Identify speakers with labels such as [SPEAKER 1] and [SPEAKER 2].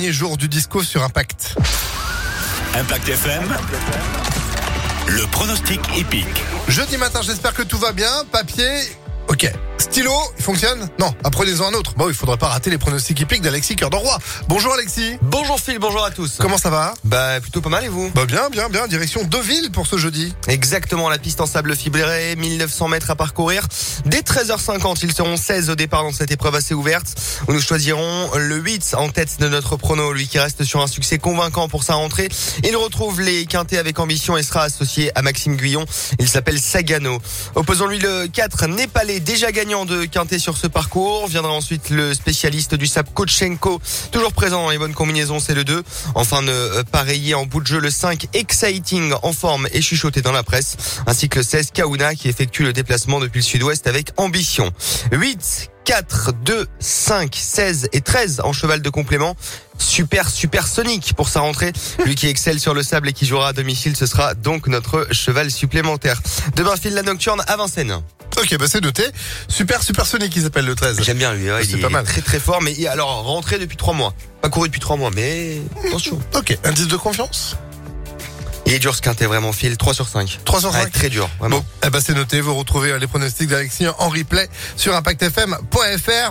[SPEAKER 1] Dernier jour du disco sur Impact.
[SPEAKER 2] Impact FM, le pronostic épique.
[SPEAKER 1] Jeudi matin, j'espère que tout va bien. Papier, ok. Stylo, il fonctionne Non, apprenez-en un autre. Bon, il faudrait pas rater les pronostics épiques d'Alexis Cœur d'Enroi. Bonjour Alexis,
[SPEAKER 3] Bonjour Phil, bonjour à tous.
[SPEAKER 1] comment ça va
[SPEAKER 3] Bah plutôt pas mal et vous
[SPEAKER 1] Bah bien, bien, bien. Direction Deauville pour ce jeudi.
[SPEAKER 3] Exactement, la piste en sable fibré, 1900 mètres à parcourir. Dès 13h50, ils seront 16 au départ dans cette épreuve assez ouverte. Où nous choisirons le 8 en tête de notre prono, lui qui reste sur un succès convaincant pour sa rentrée. Il retrouve les quintés avec ambition et sera associé à Maxime Guyon. Il s'appelle Sagano. Opposons-lui le 4 Népalais, déjà gagnant de quintet sur ce parcours. Viendra ensuite le spécialiste du SAP Kochenko, toujours présent dans les bonnes combinaisons, c'est le 2. Enfin, ne euh, pareiller en bout de jeu le 5 Exciting en forme et chuchoté dans la presse, ainsi que le 16 Kauna qui effectue le déplacement depuis le sud-ouest avec ambition. 8 4, 2, 5, 16 et 13 en cheval de complément. Super, super Sonic pour sa rentrée. Lui qui excelle sur le sable et qui jouera à domicile, ce sera donc notre cheval supplémentaire. Demain, file la nocturne à Vincennes.
[SPEAKER 1] Ok, bah c'est noté. Super, super Sonic, ils appellent le 13.
[SPEAKER 3] J'aime bien lui, ouais,
[SPEAKER 1] C'est
[SPEAKER 3] il
[SPEAKER 1] pas
[SPEAKER 3] est
[SPEAKER 1] mal.
[SPEAKER 3] très très fort, mais il- alors rentré depuis trois mois. Pas couru depuis trois mois, mais attention.
[SPEAKER 1] Ok, indice de confiance
[SPEAKER 3] Il est dur ce quintet vraiment, Phil, 3 sur 5.
[SPEAKER 1] 3 sur 5.
[SPEAKER 3] Ouais, Ah, très
[SPEAKER 1] bah,
[SPEAKER 3] dur, vraiment.
[SPEAKER 1] euh, Bon, eh ben c'est noté. Vous retrouvez les pronostics d'Alexis en replay sur impactfm.fr.